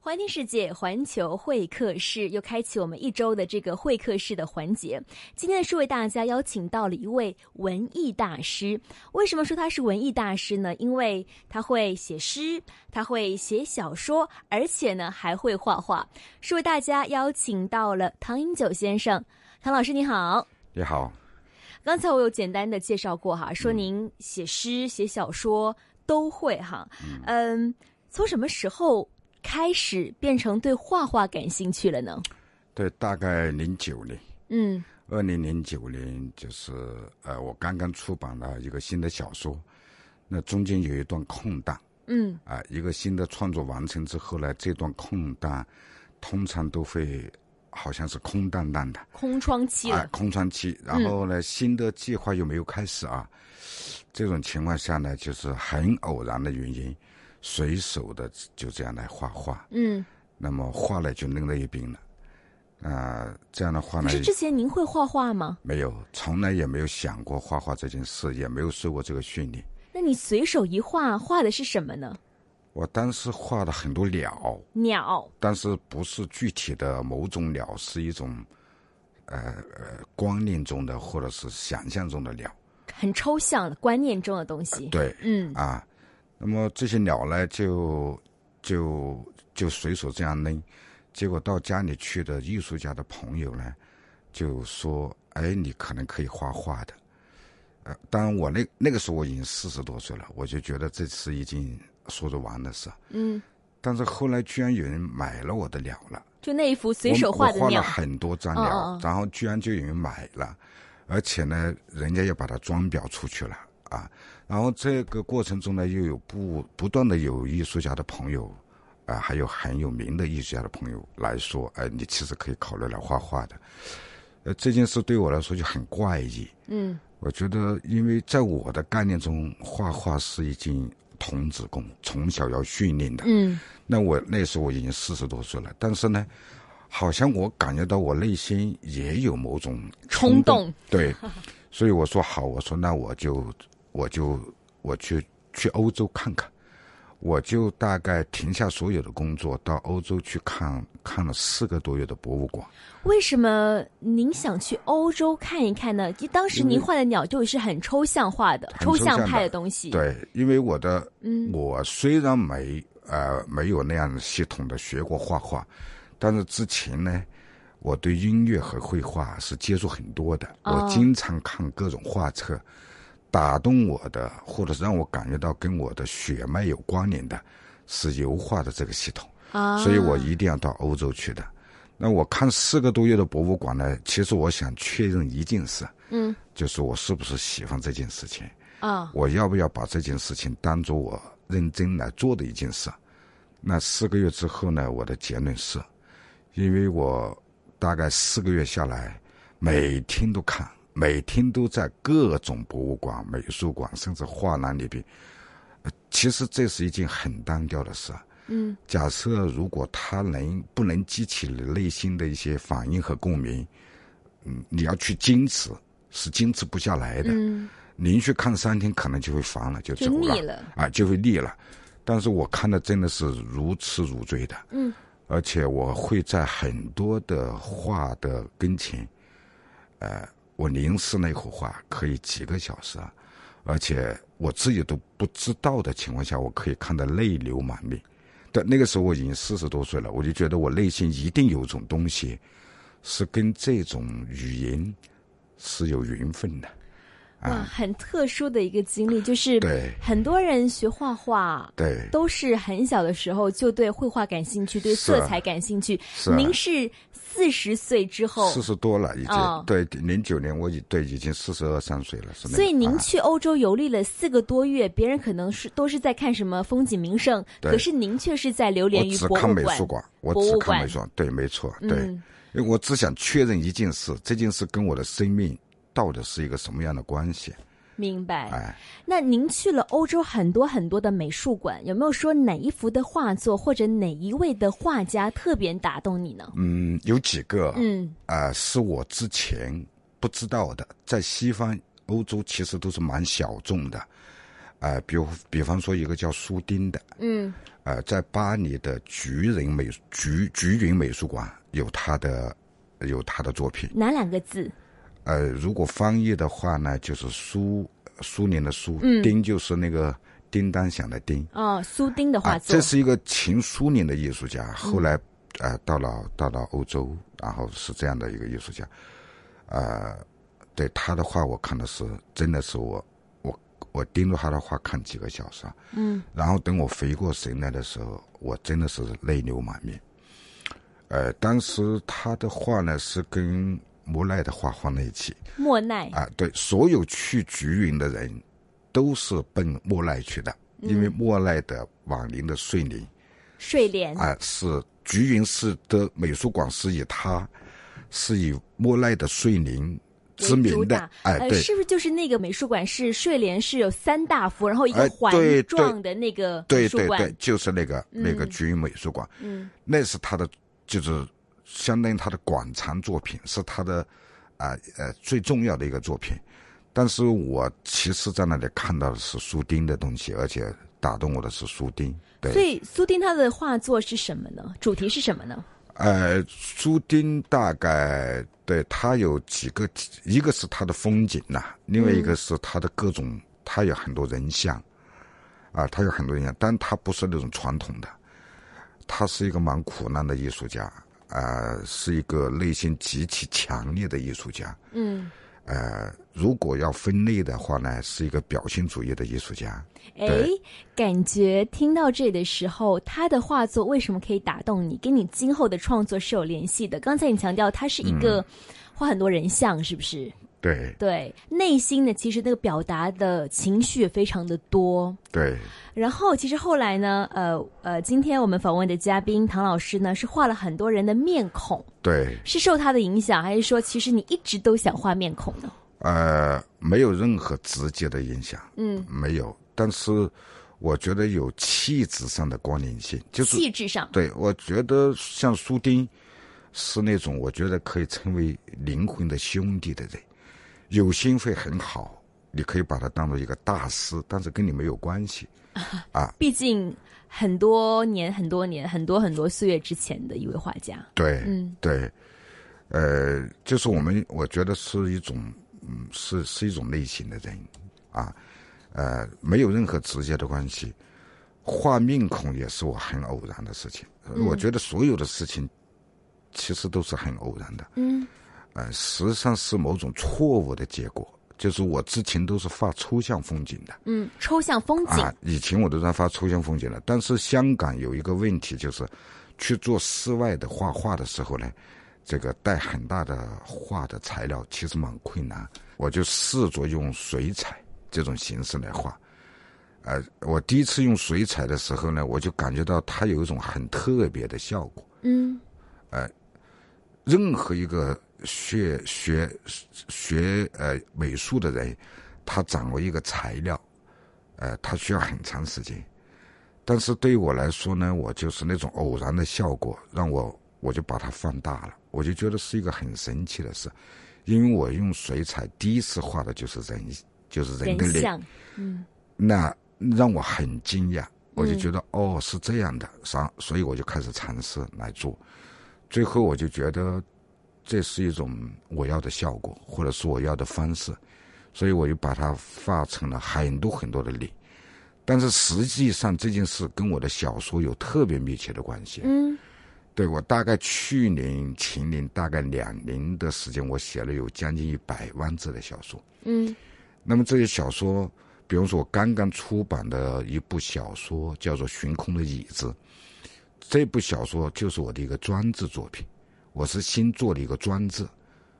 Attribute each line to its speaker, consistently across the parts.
Speaker 1: 环听世界环球会客室又开启我们一周的这个会客室的环节。今天是为大家邀请到了一位文艺大师。为什么说他是文艺大师呢？因为他会写诗，他会写小说，而且呢还会画画。是为大家邀请到了唐英九先生。唐老师你好，
Speaker 2: 你好，
Speaker 1: 刚才我有简单的介绍过
Speaker 2: 嗯
Speaker 1: 哈，说您写诗、写小说都会哈。嗯，从什么时候开始变成对画画感兴趣了呢？
Speaker 2: 对，大概零九年，
Speaker 1: 嗯
Speaker 2: 二零零九年，就是呃，我刚刚出版了一个新的小说，那中间有一段空档
Speaker 1: 嗯
Speaker 2: 啊、一个新的创作完成之后呢，这段空档通常都会好像是空荡荡的，
Speaker 1: 空窗期
Speaker 2: 啊、
Speaker 1: 了。
Speaker 2: 空窗期。然后呢，新的计划又没有开始啊，这种情况下呢，就是很偶然的原因，随手的就这样来画画，
Speaker 1: 嗯，
Speaker 2: 那么画了就扔在一边了，啊、这样的话
Speaker 1: 可
Speaker 2: 呢，
Speaker 1: 是之前您会画画吗？
Speaker 2: 没有，从来也没有想过画画这件事，也没有受过这个训练。
Speaker 1: 那你随手一画，画的是什么呢？
Speaker 2: 我当时画了很多鸟，
Speaker 1: 鸟。
Speaker 2: 但是不是具体的某种鸟，是一种，呃呃，观念中的或者是想象中的鸟。
Speaker 1: 很抽象的观念中的东西，
Speaker 2: 对，
Speaker 1: 嗯
Speaker 2: 啊，那么这些鸟呢，就就就随手这样扔，结果到家里去的艺术家的朋友呢，就说：“哎，你可能可以画画的。”呃，当然我那那个时候我已经四十多岁了，我就觉得这是一件说着玩的事。
Speaker 1: 嗯，
Speaker 2: 但是后来居然有人买了我的鸟了，
Speaker 1: 就那一幅随
Speaker 2: 我
Speaker 1: 手画
Speaker 2: 我
Speaker 1: 的
Speaker 2: 画
Speaker 1: 鸟
Speaker 2: 了，很多张
Speaker 1: 嗯
Speaker 2: 鸟，
Speaker 1: 嗯嗯
Speaker 2: 然后居然就有人买了，而且呢，人家也把它装裱出去了啊。然后这个过程中呢，又有不不断的有艺术家的朋友，啊、还有很有名的艺术家的朋友来说，哎、你其实可以考虑来画画的。呃，这件事对我来说就很怪异。
Speaker 1: 嗯
Speaker 2: 我觉得，因为在我的概念中，画画是一件童子功，从小要训练的。
Speaker 1: 嗯
Speaker 2: 那我那时候我已经四十多岁了，但是呢，好像我感觉到我内心也有某种
Speaker 1: 冲
Speaker 2: 冲
Speaker 1: 动，
Speaker 2: 对，所以我说好，我说那我就我就我去去欧洲看看，我就大概停下所有的工作，到欧洲去看看了四个多月的博物馆。
Speaker 1: 为什么您想去欧洲看一看呢？当时您画的鸟就是很抽象化的、
Speaker 2: 很抽象的
Speaker 1: 派的东西。，
Speaker 2: 对，因为我的
Speaker 1: 嗯
Speaker 2: 我虽然没呃没有那样系统的学过画画，但是之前呢，我对音乐和绘画是接触很多的，
Speaker 1: 哦
Speaker 2: 我经常看各种画册，打动我的或者是让我感觉到跟我的血脉有关联的，是油画的这个系统，
Speaker 1: 啊，
Speaker 2: 所以我一定要到欧洲去的。那我看四个多月的博物馆呢，其实我想确认一件事，
Speaker 1: 嗯
Speaker 2: 就是我是不是喜欢这件事情。
Speaker 1: 啊，
Speaker 2: 我要不要把这件事情当做我认真来做的一件事？那四个月之后呢？我的结论是，因为我大概四个月下来，每天都看，每天都在各种博物馆、美术馆，甚至画廊里边。呃其实这是一件很单调的事。
Speaker 1: 嗯
Speaker 2: 假设如果它能不能激起你内心的一些反应和共鸣，嗯，你要去坚持，是坚持不下来的。
Speaker 1: 嗯，
Speaker 2: 连续看三天可能就会烦了，就
Speaker 1: 就
Speaker 2: 走了，
Speaker 1: 腻了
Speaker 2: 啊，就会腻了。但是我看的真的是如痴如醉的，
Speaker 1: 嗯，
Speaker 2: 而且我会在很多的画的跟前，呃，我凝视那幅画可以几个小时啊，而且我自己都不知道的情况下，我可以看得泪流满面。但那个时候我已经四十多岁了，我就觉得我内心一定有种东西，是跟这种语言是有缘分的，
Speaker 1: 哇，很特殊的一个经历，就是
Speaker 2: 啊对。
Speaker 1: 很多人学画画。
Speaker 2: 对，
Speaker 1: 都是很小的时候就对绘画感兴趣，对
Speaker 2: 是啊
Speaker 1: 色彩感兴趣。
Speaker 2: 是啊
Speaker 1: 您是四十岁之后，
Speaker 2: 四十多了已经。
Speaker 1: 哦
Speaker 2: 对，零九年我已对已经四十二三岁了，是那个
Speaker 1: 所以您
Speaker 2: 啊
Speaker 1: 去欧洲游历了四个多月，别人可能是都是在看什么风景名胜，
Speaker 2: 对
Speaker 1: 可是您却是在流
Speaker 2: 我
Speaker 1: 连于
Speaker 2: 只
Speaker 1: 博
Speaker 2: 看
Speaker 1: 物
Speaker 2: 美
Speaker 1: 馆。
Speaker 2: 术馆，我
Speaker 1: 博
Speaker 2: 只
Speaker 1: 物
Speaker 2: 看美
Speaker 1: 馆
Speaker 2: 术馆，对，没错，对，
Speaker 1: 嗯
Speaker 2: 因为我只想确认一件事，这件事跟我的生命到底是一个什么样的关系？
Speaker 1: 明白。
Speaker 2: 哎，
Speaker 1: 那您去了欧洲很多很多的美术馆，有没有说哪一幅的画作或者哪一位的画家特别打动你呢？
Speaker 2: 嗯，有几个，
Speaker 1: 嗯
Speaker 2: 啊，是我之前不知道的，在西方欧洲其实都是蛮小众的，呃，比如比方说一个叫苏丁的，
Speaker 1: 嗯
Speaker 2: 呃，在巴黎的菊人美菊菊云美术馆有他的有他的作品。
Speaker 1: 哪两个字？
Speaker 2: 呃，如果翻译的话呢，就是苏苏联的苏，丁就是那个叮当响的叮。
Speaker 1: 哦，苏丁的
Speaker 2: 啊
Speaker 1: 画，作。
Speaker 2: 这是一个前苏联的艺术家，后来啊、呃到了到了欧洲，然后是这样的一个艺术家，呃，对他的画我看的是真的是我我我盯着他的画看几个小时，嗯，然后等我回过神来的时候，我真的是泪流满面。呃，当时他的画呢是跟莫奈的画放在一起
Speaker 1: 莫奈。
Speaker 2: 啊、对，所有去菊云的人都是奔莫奈去的，因为莫奈的晚年的睡莲。
Speaker 1: 睡莲，
Speaker 2: 啊、是菊云市的美术馆是以他是以莫奈的睡莲知名的，哎、
Speaker 1: 呃，
Speaker 2: 对
Speaker 1: 是不是就是那个美术馆是睡莲是有三大幅，然后一个
Speaker 2: 哎对
Speaker 1: 环状的那个美
Speaker 2: 对
Speaker 1: 术
Speaker 2: 对
Speaker 1: 馆？
Speaker 2: 对，就是那个、那个菊云美术馆，
Speaker 1: 嗯，
Speaker 2: 那是他的就是相当于他的馆藏作品，是他的啊呃最重要的一个作品。但是我其实，在那里看到的是苏丁的东西，而且打动我的是苏丁。对，
Speaker 1: 所以苏丁他的画作是什么呢？主题是什么呢？
Speaker 2: 呃，苏丁大概对他有几个，一个是他的风景呐、另外一个是他的各种，他有很多人像，啊，他有很多人像，但他不是那种传统的，他是一个蛮苦难的艺术家，啊、是一个内心极其强烈的艺术家，
Speaker 1: 嗯，
Speaker 2: 呃，如果要分类的话呢，是一个表现主义的艺术家，
Speaker 1: 哎
Speaker 2: 对，
Speaker 1: 感觉听到这里的时候，他的画作为什么可以打动你，跟你今后的创作是有联系的？刚才你强调他是一
Speaker 2: 嗯
Speaker 1: 个画很多人像，是不是？
Speaker 2: 对
Speaker 1: 对，内心呢，其实那个表达的情绪也非常的多。
Speaker 2: 对，
Speaker 1: 然后，其实后来呢，呃呃，今天我们访问的嘉宾唐老师呢，是画了很多人的面孔，
Speaker 2: 对。
Speaker 1: 是受他的影响，还是说其实你一直都想画面孔呢？
Speaker 2: 呃，没有任何直接的影响，
Speaker 1: 嗯，
Speaker 2: 没有。但是我觉得有气质上的关联性，就是
Speaker 1: 气质上，
Speaker 2: 对我觉得像苏丁是那种我觉得可以称为灵魂的兄弟的人，有心会很好，你可以把他当做一个大师，但是跟你没有关系。
Speaker 1: 毕竟很多年、很多年、很多很多岁月之前的一位画家。
Speaker 2: 对，
Speaker 1: 嗯
Speaker 2: 对，呃，就是我们，我觉得是一种，嗯，是是一种类型的人啊，呃，没有任何直接的关系。画面孔也是我很偶然的事情，呃我觉得所有的事情其实都是很偶然的，
Speaker 1: 嗯，
Speaker 2: 呃，实际上是某种错误的结果。就是我之前都是画抽象风景的，
Speaker 1: 嗯，抽象风景，
Speaker 2: 啊，以前我都在发抽象风景了，但是香港有一个问题就是，去做室外的画画的时候呢，这个带很大的画的材料其实蛮困难，我就试着用水彩这种形式来画。呃，我第一次用水彩的时候呢，我就感觉到它有一种很特别的效果。
Speaker 1: 嗯
Speaker 2: 任何一个学学学呃美术的人，他掌握一个材料，呃，他需要很长时间。但是对于我来说呢，我就是那种偶然的效果，让我我就把它放大了，我就觉得是一个很神奇的事，因为我用水彩第一次画的就是人，就是人
Speaker 1: 人
Speaker 2: 的脸，
Speaker 1: 像，
Speaker 2: 那让我很惊讶，我就觉得、哦是这样的，啥，所以我就开始尝试来做，最后我就觉得这是一种我要的效果，或者是我要的方式，所以我就把它画成了很多很多的脸，但是实际上这件事跟我的小说有特别密切的关系。
Speaker 1: 嗯
Speaker 2: 对我大概去年、前年大概两年的时间，我写了有将近一百万字的小说。
Speaker 1: 嗯
Speaker 2: 那么这些小说，比如说我刚刚出版的一部小说叫做《悬空的椅子》，这部小说就是我的一个装置作品，我是新做的一个装置。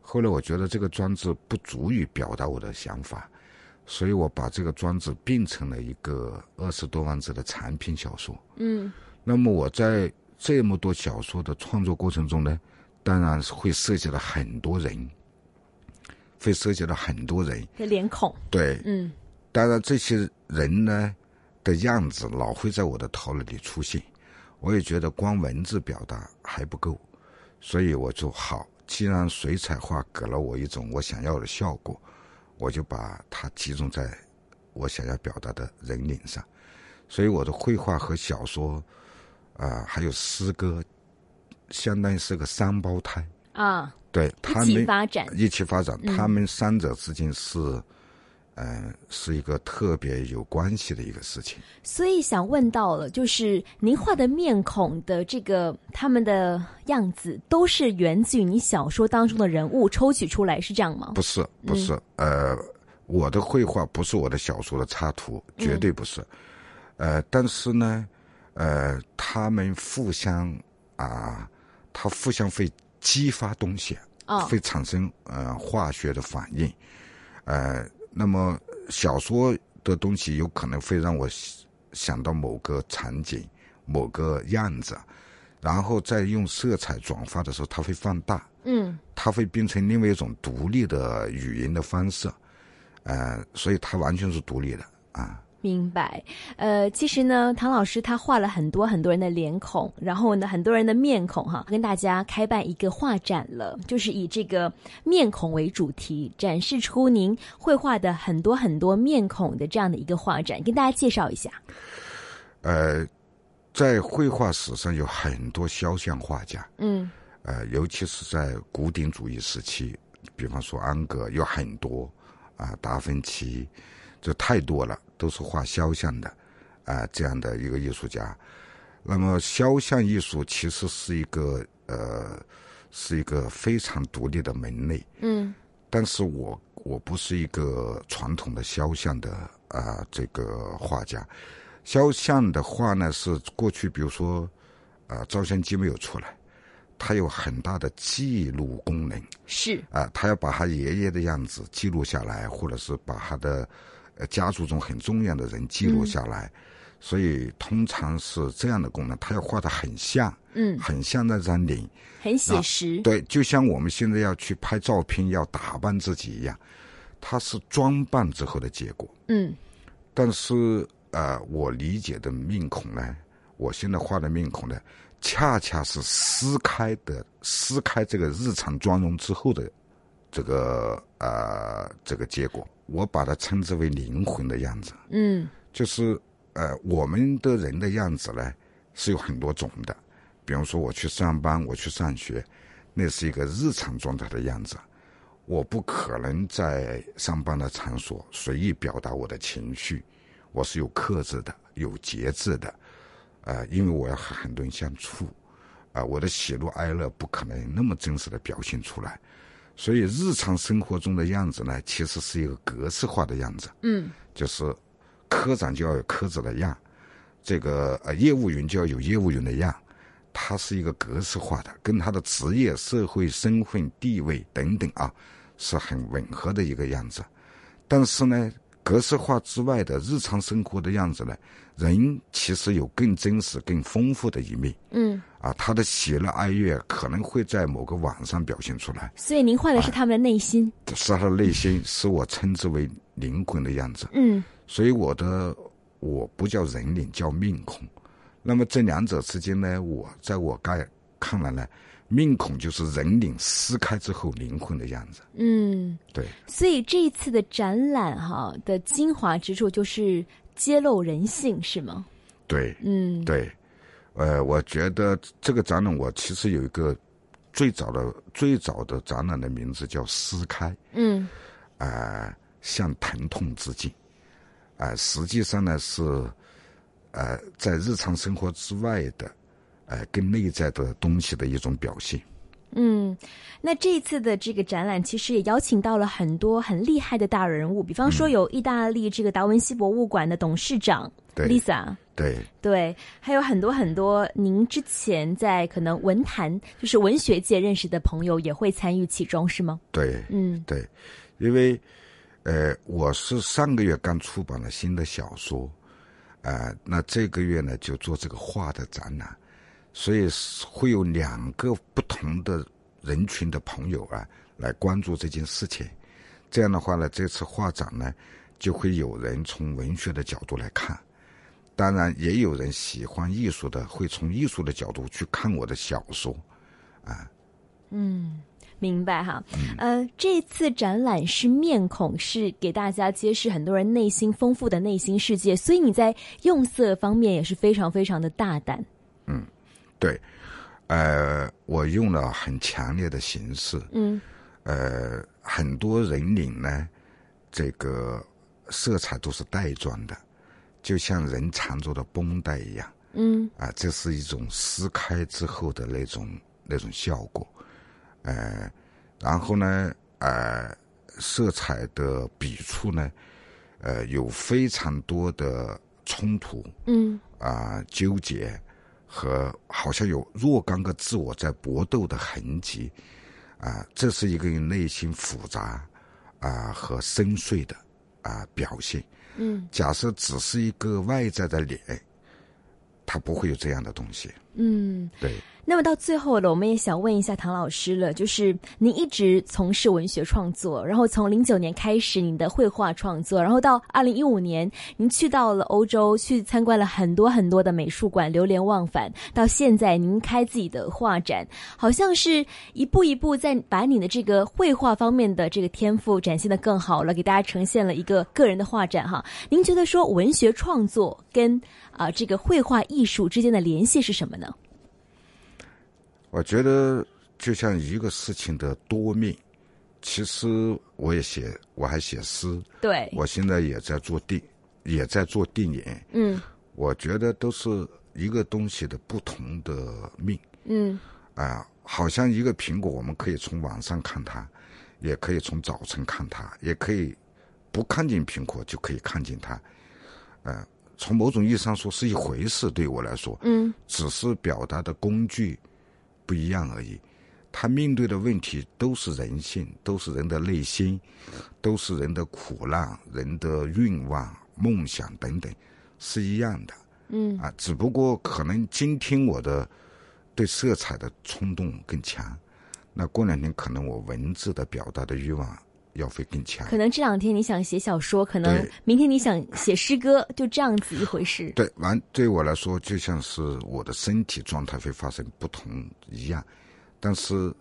Speaker 2: 后来我觉得这个装置不足以表达我的想法，所以我把这个装置变成了一个二十多万字的长篇小说。
Speaker 1: 嗯，
Speaker 2: 那么我在这么多小说的创作过程中呢，当然是会涉及到很多人，会涉及到很多人。
Speaker 1: 的脸孔，
Speaker 2: 对，
Speaker 1: 嗯
Speaker 2: 当然，这些人呢的样子老会在我的头脑里出现，我也觉得光文字表达还不够，所以我就好，既然水彩画给了我一种我想要的效果，我就把它集中在我想要表达的人脸上。所以我的绘画和小说，啊、还有诗歌，相当于是个三胞胎。
Speaker 1: 啊，
Speaker 2: 对
Speaker 1: 一
Speaker 2: 他
Speaker 1: 起
Speaker 2: 们
Speaker 1: 发展
Speaker 2: 一起发展，
Speaker 1: 嗯
Speaker 2: 他们三者之间是，嗯、是一个特别有关系的一个事情。
Speaker 1: 所以想问到了，就是您画的面孔的这个他们的样子，都是源自于你小说当中的人物抽取出来，是这样吗？
Speaker 2: 不是，不是，呃，我的绘画不是我的小说的插图，绝对不是。呃，但是呢，呃，他们互相啊，它互相会激发东西，
Speaker 1: 啊、
Speaker 2: 会产生呃化学的反应。呃，那么小说的东西有可能会让我想想到某个场景、某个样子，然后再用色彩转化的时候，它会放大。
Speaker 1: 嗯，
Speaker 2: 它会变成另外一种独立的语言的方式，呃，所以它完全是独立的啊。
Speaker 1: 明白，呃，其实呢，唐老师他画了很多很多人的脸孔，然后呢，很多人的面孔哈，跟大家开办一个画展了，就是以这个面孔为主题，展示出您绘画的很多很多面孔的这样的一个画展，跟大家介绍一下。
Speaker 2: 呃，在绘画史上有很多肖像画家，
Speaker 1: 嗯
Speaker 2: 呃，尤其是在古典主义时期，比方说安格有很多啊、达芬奇，这太多了，都是画肖像的啊、这样的一个艺术家。那么肖像艺术其实是一个呃，是一个非常独立的门类。
Speaker 1: 嗯
Speaker 2: 但是我我不是一个传统的肖像的啊、这个画家，肖像的画呢是过去比如说啊、照相机没有出来，它有很大的记录功能
Speaker 1: 是，
Speaker 2: 啊、他要把他爷爷的样子记录下来，或者是把他的呃家族中很重要的人记录下来，所以通常是这样的功能，他要画的很像，
Speaker 1: 嗯，
Speaker 2: 很像那张脸，
Speaker 1: 很写实，
Speaker 2: 对，就像我们现在要去拍照片、要打扮自己一样，它是装扮之后的结果。
Speaker 1: 嗯
Speaker 2: 但是，呃，我理解的面孔呢，我现在画的面孔呢，恰恰是撕开的，撕开这个日常妆容之后的这个呃这个结果。我把它称之为灵魂的样子，
Speaker 1: 嗯
Speaker 2: 就是呃，我们的人的样子呢是有很多种的，比方说我去上班，我去上学，那是一个日常状态的样子。我不可能在上班的场所随意表达我的情绪，我是有克制的，有节制的，呃，因为我要和很多人相处，啊、我的喜怒哀乐不可能那么真实的表现出来，所以日常生活中的样子呢，其实是一个格式化的样子。
Speaker 1: 嗯
Speaker 2: 就是科长就要有科长的样，这个呃业务员就要有业务员的样，它是一个格式化的，跟他的职业、社会身份、地位等等啊，是很吻合的一个样子。但是呢，格式化之外的日常生活的样子呢，人其实有更真实、更丰富的一面
Speaker 1: 嗯，
Speaker 2: 啊，他的喜乐哀乐可能会在某个晚上表现出来，
Speaker 1: 所以您画的是他们的内心，
Speaker 2: 这是他的内心，是我称之为灵魂的样子。
Speaker 1: 嗯
Speaker 2: 所以我的我不叫人脸，叫面孔。那么这两者之间呢，我在我看看来呢，面孔就是人脸撕开之后灵魂的样子。
Speaker 1: 嗯，
Speaker 2: 对，
Speaker 1: 所以这一次的展览哈、的精华之处就是揭露人性，是吗？
Speaker 2: 对，
Speaker 1: 嗯
Speaker 2: 对，呃，我觉得这个展览，我其实有一个最早的最早的展览的名字叫“撕开”，
Speaker 1: 嗯
Speaker 2: 啊、向疼痛致敬。啊、实际上呢是，呃，在日常生活之外的，呃，更内在的东西的一种表现。
Speaker 1: 嗯。那这一次的这个展览，其实也邀请到了很多很厉害的大人物，比方说有意大利这个达文西博物馆的董事长
Speaker 2: 对
Speaker 1: Lisa，
Speaker 2: 对，
Speaker 1: 对，还有很多很多您之前在可能文坛，就是文学界认识的朋友也会参与其中，是吗？
Speaker 2: 对，
Speaker 1: 嗯
Speaker 2: 对，因为，呃，我是上个月刚出版了新的小说，啊、那这个月呢就做这个画的展览，所以是会有两个不同的人群的朋友啊来关注这件事情。这样的话呢，这次画展呢，就会有人从文学的角度来看，当然也有人喜欢艺术的，会从艺术的角度去看我的小说。
Speaker 1: 嗯，明白哈，呃，这次展览是面孔，是给大家揭示很多人内心丰富的内心世界，所以你在用色方面也是非常非常的大胆。
Speaker 2: 对，呃，我用了很强烈的形式，
Speaker 1: 嗯
Speaker 2: 呃，很多人领呢，这个色彩都是带状的，就像人缠着的绷带一样
Speaker 1: 嗯
Speaker 2: 啊，这是一种撕开之后的那种那种效果，呃，然后呢，呃，色彩的笔触呢，呃，有非常多的冲突，
Speaker 1: 嗯
Speaker 2: 啊、纠结和好像有若干个自我在搏斗的痕迹，啊、这是一个人内心复杂啊、和深邃的啊、表现。
Speaker 1: 嗯
Speaker 2: 假设只是一个外在的脸，它不会有这样的东西。
Speaker 1: 嗯。
Speaker 2: 对，
Speaker 1: 那么到最后了，我们也想问一下唐老师了，就是你一直从事文学创作，然后从零九年开始你的绘画创作，然后到二零一五年，您去到了欧洲，去参观了很多很多的美术馆，流连忘返。到现在，您开自己的画展，好像是一步一步在把你的这个绘画方面的这个天赋展现的更好了，给大家呈现了一个个人的画展哈。您觉得说文学创作跟啊、这个绘画艺术之间的联系是什么呢？
Speaker 2: 我觉得就像一个事情的多面，其实我也写，我还写诗，
Speaker 1: 对，
Speaker 2: 我现在也在做电，也在做电影。
Speaker 1: 嗯
Speaker 2: 我觉得都是一个东西的不同的命
Speaker 1: 嗯
Speaker 2: 啊、好像一个苹果，我们可以从晚上看它，也可以从早晨看它，也可以不看见苹果就可以看见它。呃，从某种意义上说是一回事，对我来说，
Speaker 1: 嗯
Speaker 2: 只是表达的工具不一样而已。他面对的问题都是人性，都是人的内心，都是人的苦难、人的愿望、梦想等等，是一样的。
Speaker 1: 嗯
Speaker 2: 啊，只不过可能今天我的对色彩的冲动更强，那过两天可能我文字的表达的欲望要会更强
Speaker 1: 可。能这两天你想写小说，可能
Speaker 2: 对
Speaker 1: 明天你想写诗歌，就这样子一回事。
Speaker 2: 对，完对我来说，就像是我的身体状态会发生不同一样，但是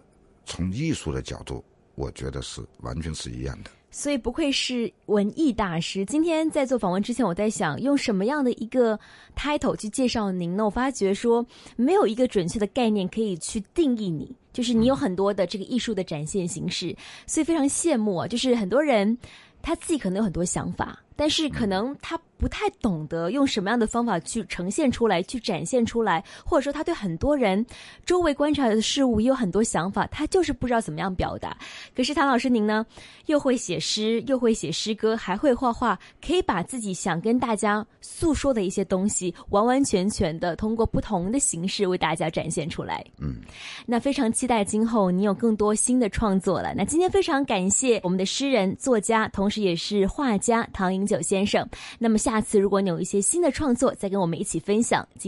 Speaker 2: 从艺术的角度，我觉得是完全是一样的。
Speaker 1: 所以不愧是文艺大师。今天在做访问之前，我在想用什么样的一个 title 去介绍您呢？我发觉说没有一个准确的概念可以去定义你，就是你
Speaker 2: 嗯
Speaker 1: 有很多的这个艺术的展现形式，所以非常羡慕啊！就是很多人他自己可能有很多想法，但是可能他不太懂得用什么样的方法去呈现出来、去展现出来，或者说他对很多人周围观察的事物也有很多想法，他就是不知道怎么样表达。可是唐老师您呢，又会写诗，又会写诗歌，还会画画，可以把自己想跟大家诉说的一些东西，完完全全的通过不同的形式为大家展现出来。
Speaker 2: 嗯，
Speaker 1: 那非常期待今后你有更多新的创作了。那今天非常感谢我们的诗人、作家，同时也是画家唐颖九先生。那么下次如果你有一些新的创作，再跟我们一起分享。今天